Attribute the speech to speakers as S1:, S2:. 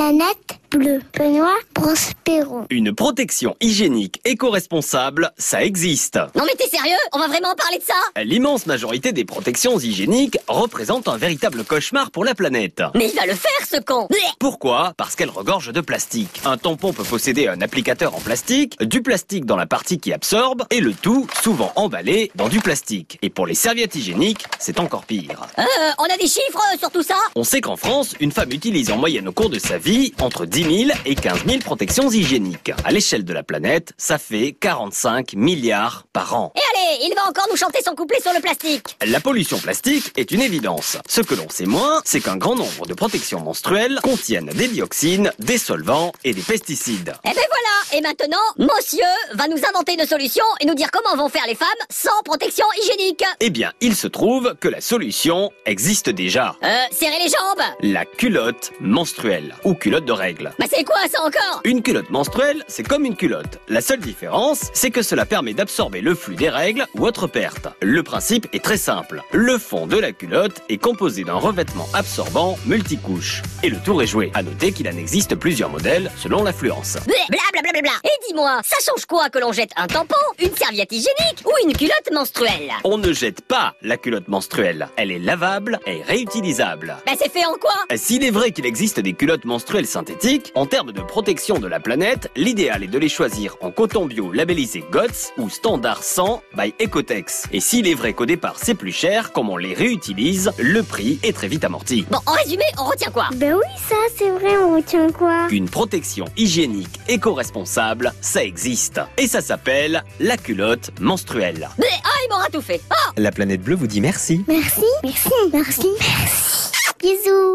S1: Planète bleue. Benoît Prospero.
S2: Une protection hygiénique éco-responsable, ça existe.
S3: Non mais t'es sérieux On va vraiment parler de ça
S2: L'immense majorité des protections hygiéniques représentent un véritable cauchemar pour la planète.
S3: Mais il va le faire ce con Bleh
S2: Pourquoi Parce qu'elles regorgent de plastique. Un tampon peut posséder un applicateur en plastique, du plastique dans la partie qui absorbe, et le tout souvent emballé dans du plastique. Et pour les serviettes hygiéniques, c'est encore pire.
S3: Euh, On a des chiffres euh, sur tout ça
S2: On sait qu'en France, une femme utilise en moyenne au cours de sa vie entre 10 000 et 15 000 protections hygiéniques. À l'échelle de la planète, ça fait 45 milliards par an.
S3: Et Eh, allez, il va encore nous chanter son couplet sur le plastique
S2: La pollution plastique est une évidence. Ce que l'on sait moins, c'est qu'un grand nombre de protections menstruelles contiennent des dioxines, des solvants et des pesticides.
S3: Eh ben voilà Et maintenant, monsieur va nous inventer une solution et nous dire comment vont faire les femmes sans protection hygiénique
S2: Eh bien, il se trouve que la solution existe déjà.
S3: Euh, serrer les jambes
S2: La culotte menstruelle, ou culotte de règle.
S3: Bah c'est quoi ça encore
S2: Une culotte menstruelle, c'est comme une culotte. La seule différence, c'est que cela permet d'absorber le flux des règles ou autres pertes. Le principe est très simple. Le fond de la culotte est composé d'un revêtement absorbant multicouche. Et le tour est joué. À noter qu'il en existe plusieurs modèles selon l'affluence.
S3: Bleh, Bla bla bla bla bla. Et dis-moi, ça change quoi que l'on jette un tampon, une serviette hygiénique ou une culotte menstruelle
S2: On ne jette pas la culotte menstruelle. Elle est lavable et réutilisable.
S3: Bah c'est fait en quoi
S2: S'il est vrai qu'il existe des culottes menstruelles synthétiques, en termes de protection de la planète, l'idéal est de les choisir en coton bio labellisé GOTS ou standard 100 by Ecotex. Et s'il est vrai qu'au départ c'est plus cher, comme on les réutilise, le prix est très vite amorti.
S3: Bon, en résumé, on retient quoi
S1: Ben oui, ça, c'est vrai, on retient quoi
S2: Une protection hygiénique éco-responsable, ça existe. Et ça s'appelle la culotte menstruelle.
S3: Bleh, Ah, il m'aura tout fait
S4: La planète bleue vous dit merci.
S1: Merci, merci, merci, merci. Bisous.